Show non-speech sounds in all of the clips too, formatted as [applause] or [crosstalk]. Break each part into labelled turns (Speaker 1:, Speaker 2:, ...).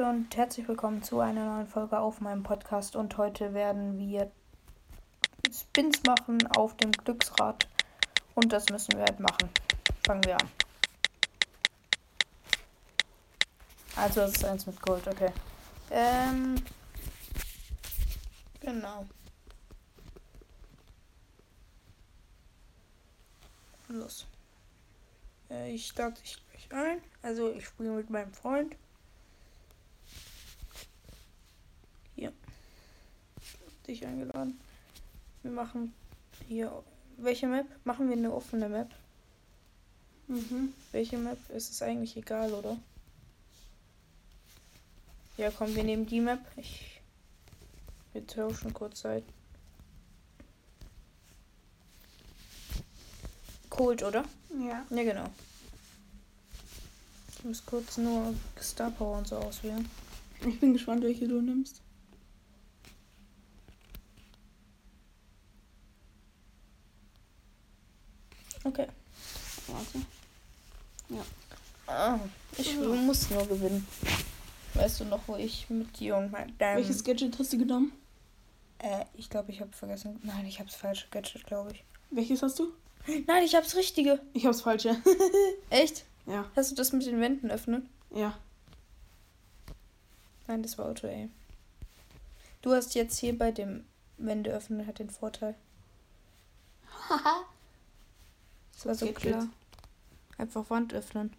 Speaker 1: und herzlich willkommen zu einer neuen Folge auf meinem Podcast. Und heute werden wir Spins machen auf dem Glücksrad. Und das müssen wir halt machen. Fangen wir an. Also, das ist eins mit Gold, okay. Ähm. Genau. Los. Äh, Ich starte dich gleich ein. Also, ich spiele mit meinem Freund. dich eingeladen. Wir machen hier. Welche Map? Machen wir eine offene Map?
Speaker 2: Mhm.
Speaker 1: Welche Map? Ist es eigentlich egal, oder? Ja, komm, wir nehmen die Map. Ich. Wir tauschen kurz Zeit. Cold, oder?
Speaker 2: Ja.
Speaker 1: Ja, genau. Ich muss kurz nur Star Power und so auswählen.
Speaker 2: Ich bin gespannt, welche du nimmst.
Speaker 1: Okay.
Speaker 2: Warte.
Speaker 1: Ah, ich
Speaker 2: Ja.
Speaker 1: muss nur gewinnen. Weißt du noch, wo ich mit dir und mein- deinem...
Speaker 2: Welches Gadget hast du genommen?
Speaker 1: Äh, ich glaube, ich habe vergessen. Nein, ich habe das falsche Gadget, glaube ich.
Speaker 2: Welches hast du?
Speaker 1: [laughs] Nein, ich habe das richtige.
Speaker 2: Ich hab's falsche.
Speaker 1: Echt?
Speaker 2: ja.
Speaker 1: Hast du das mit den Wänden öffnen?
Speaker 2: [laughs] Ja.
Speaker 1: Nein, das war Auto, ey. Du hast jetzt hier bei dem Wände öffnen, hat den Vorteil. [laughs] Das war so
Speaker 2: Gadget.
Speaker 1: klar. Einfach Wand öffnen.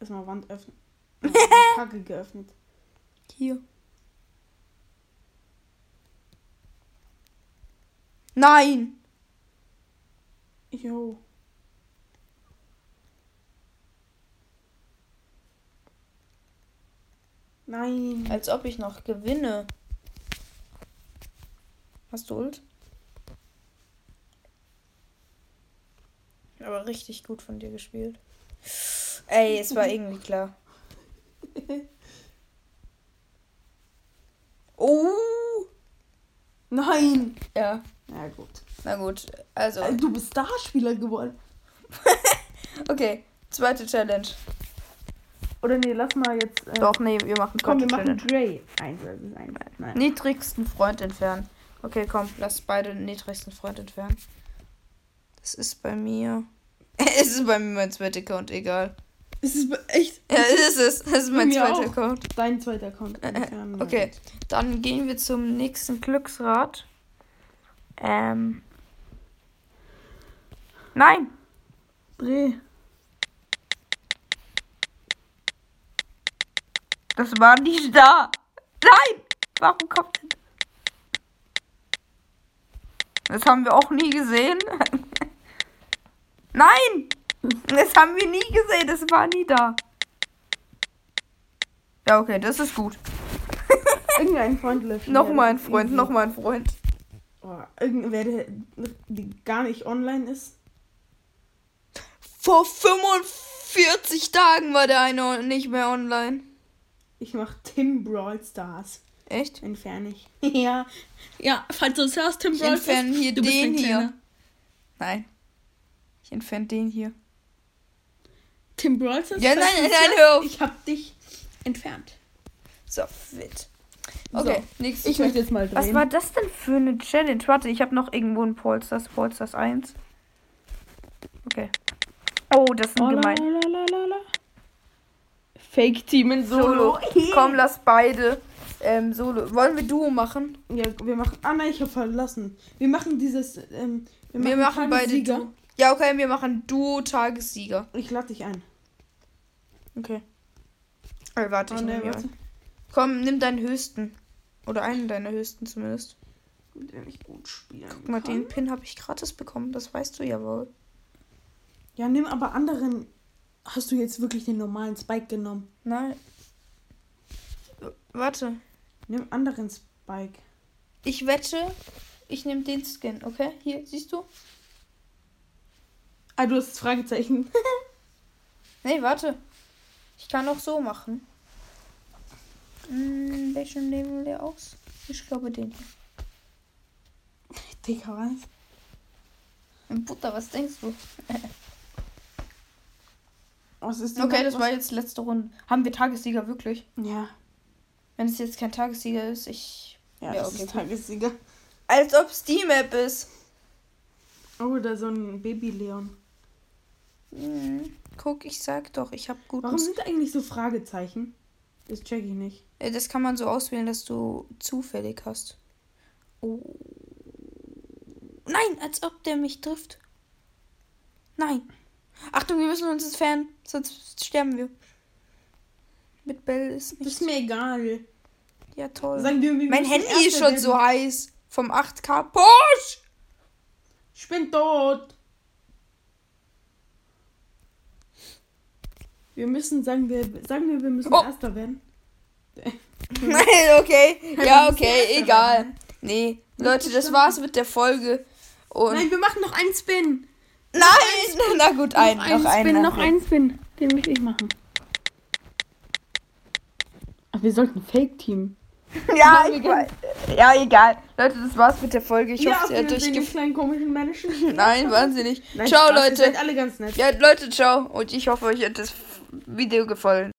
Speaker 2: Erstmal Wand öffnen. [laughs] Ja, ich hab Kacke geöffnet.
Speaker 1: Hier. Nein!
Speaker 2: Jo. Nein.
Speaker 1: Als ob ich noch gewinne. Hast du Ult? Aber richtig gut von dir gespielt. Ey, [laughs] es war irgendwie klar. Oh!
Speaker 2: Nein.
Speaker 1: Ja,
Speaker 2: Na gut.
Speaker 1: na gut. Also,
Speaker 2: Äh, Du bist Starspieler geworden.
Speaker 1: okay. Zweite Challenge.
Speaker 2: Oder nee, lass mal jetzt. Äh,
Speaker 1: Doch, nee, wir machen
Speaker 2: Komm, wir
Speaker 1: zweite
Speaker 2: machen
Speaker 1: Challenge.
Speaker 2: Dre. Eins, eins, eins. Nein.
Speaker 1: Niedrigsten Freund entfernen. Okay, komm, lass beide den niedrigsten Freund entfernen. Das ist bei mir. [laughs] es ist bei mir mein zweiter Account, egal.
Speaker 2: Es ist be- echt
Speaker 1: Ja, es ist es. Es ist mein
Speaker 2: Bei mir
Speaker 1: zweiter
Speaker 2: auch.
Speaker 1: Account.
Speaker 2: dein zweiter Account. entfernen.
Speaker 1: Äh, Okay, dann gehen wir zum nächsten Glücksrad. Ähm. Nein!
Speaker 2: Dre.
Speaker 1: Das war nicht da! Nein! Warum kommt denn? Das haben wir auch nie gesehen. [laughs] Nein! Das haben wir nie gesehen, das war nie da. Ja, okay, das ist gut.
Speaker 2: Irgendein Freund löschen.
Speaker 1: Nochmal ein Freund, nochmal ein Freund.
Speaker 2: Oh, irgendwer, der, der gar nicht online ist.
Speaker 1: Vor 45 Tagen war der eine on- nicht mehr online.
Speaker 2: Ich mach Tim Brawl Stars.
Speaker 1: Echt?
Speaker 2: Entferne ich. [laughs] Ja. Ja, falls du es hörst, Tim
Speaker 1: Ich entferne hier
Speaker 2: du bist
Speaker 1: den
Speaker 2: ein
Speaker 1: hier.
Speaker 2: Kleiner.
Speaker 1: Nein. Ich entferne den hier.
Speaker 2: Tim Brawl Stars.
Speaker 1: Ja,
Speaker 2: falls
Speaker 1: nein,
Speaker 2: du's
Speaker 1: nein,
Speaker 2: hörst,
Speaker 1: hör auf.
Speaker 2: Ich hab dich entfernt.
Speaker 1: So, fit. Okay, nächstes.
Speaker 2: Ich möchte jetzt mal drehen.
Speaker 1: Was war das denn für eine Challenge? Warte, ich habe noch irgendwo ein Polsters, Polsters 1. Okay. Oh, das sind
Speaker 2: oh, la,
Speaker 1: gemein.
Speaker 2: la, la, la, la. Fake Team in Solo.
Speaker 1: Solo. Komm, lass beide. Ähm, Solo. Wollen wir Duo machen?
Speaker 2: Ja, wir machen. Ah, nein, ich hab verlassen. Wir machen dieses. Ähm,
Speaker 1: Wir machen beide
Speaker 2: Sieger.
Speaker 1: Duo. Ja, okay, wir machen Duo Tagessieger.
Speaker 2: Ich lade dich ein.
Speaker 1: Okay. Äh, warte, ich
Speaker 2: Oh, nee,
Speaker 1: nehme
Speaker 2: warte.
Speaker 1: Komm, nimm deinen höchsten. Oder einen deiner höchsten zumindest.
Speaker 2: Mit dem ich gut spielen
Speaker 1: Guck mal, den Pin habe ich gratis bekommen. Das weißt du ja wohl.
Speaker 2: Ja, nimm aber anderen. Hast du jetzt wirklich den normalen Spike genommen?
Speaker 1: Nein. W- Warte.
Speaker 2: Nimm anderen Spike.
Speaker 1: Ich wette, ich nehme den Skin, okay? Hier, siehst du?
Speaker 2: Ah, du hast das Fragezeichen. [laughs]
Speaker 1: Nee, warte. Ich kann auch so machen. Hm, welchen nehmen wir aus? Ich glaube den hier.
Speaker 2: Dicker was?
Speaker 1: Butter, was denkst du?
Speaker 2: Was ist die
Speaker 1: Okay,
Speaker 2: Wand-
Speaker 1: das
Speaker 2: was-
Speaker 1: war jetzt letzte Runde. Haben wir Tagessieger wirklich?
Speaker 2: Ja,
Speaker 1: Wenn es jetzt kein Tagessieger ist, ich.
Speaker 2: ja,
Speaker 1: Ja,
Speaker 2: das
Speaker 1: okay,
Speaker 2: ist
Speaker 1: gut.
Speaker 2: Tagessieger.
Speaker 1: Als ob es die Map ist.
Speaker 2: Oh, da so ein Baby-Leon.
Speaker 1: Hm, guck, ich sag doch, ich hab guten.
Speaker 2: Warum sind eigentlich so Fragezeichen? Das check ich nicht.
Speaker 1: Äh, Das kann man so auswählen, dass du zufällig hast. Oh. Nein, als ob der mich trifft. Nein. Achtung, wir müssen uns entfernen, sonst sterben wir. Mit Bell ist
Speaker 2: Das ist
Speaker 1: nicht.
Speaker 2: mir egal.
Speaker 1: Ja, toll.
Speaker 2: Sagen wir, wir
Speaker 1: mein
Speaker 2: müssen
Speaker 1: Handy
Speaker 2: erster
Speaker 1: ist schon
Speaker 2: werden.
Speaker 1: so heiß. Vom 8K Porsche. [laughs]
Speaker 2: Ich bin tot. Wir müssen, sagen wir, sagen wir, wir müssen
Speaker 1: Oh.
Speaker 2: Erster werden.
Speaker 1: Nein, okay.
Speaker 2: Nein,
Speaker 1: Ja,
Speaker 2: wir müssen
Speaker 1: okay,
Speaker 2: erster
Speaker 1: egal.
Speaker 2: werden,
Speaker 1: Nee, Leute, das war's mit der Folge. Und nein,
Speaker 2: Nein, wir machen noch einen Spin.
Speaker 1: [laughs] na gut, ein, noch
Speaker 2: Spin,
Speaker 1: einen.
Speaker 2: noch einen Spin. Den möchte ich machen. Ach, wir sollten Fake-Team.
Speaker 1: Ja,
Speaker 2: Machen wir
Speaker 1: ich
Speaker 2: gerne.
Speaker 1: wei- ja, egal. Leute, das war's mit der Folge. Ich hoffe, ihr habt euch
Speaker 2: den
Speaker 1: gefallen.
Speaker 2: kleinen komischen Menschen.
Speaker 1: [laughs] Nein, wahnsinnig.
Speaker 2: Nein,
Speaker 1: ciao,
Speaker 2: Spaß, Ihr
Speaker 1: Leute.
Speaker 2: seid alle ganz nett.
Speaker 1: Ja, Leute, ciao. Und ich hoffe, euch hat das Video gefallen.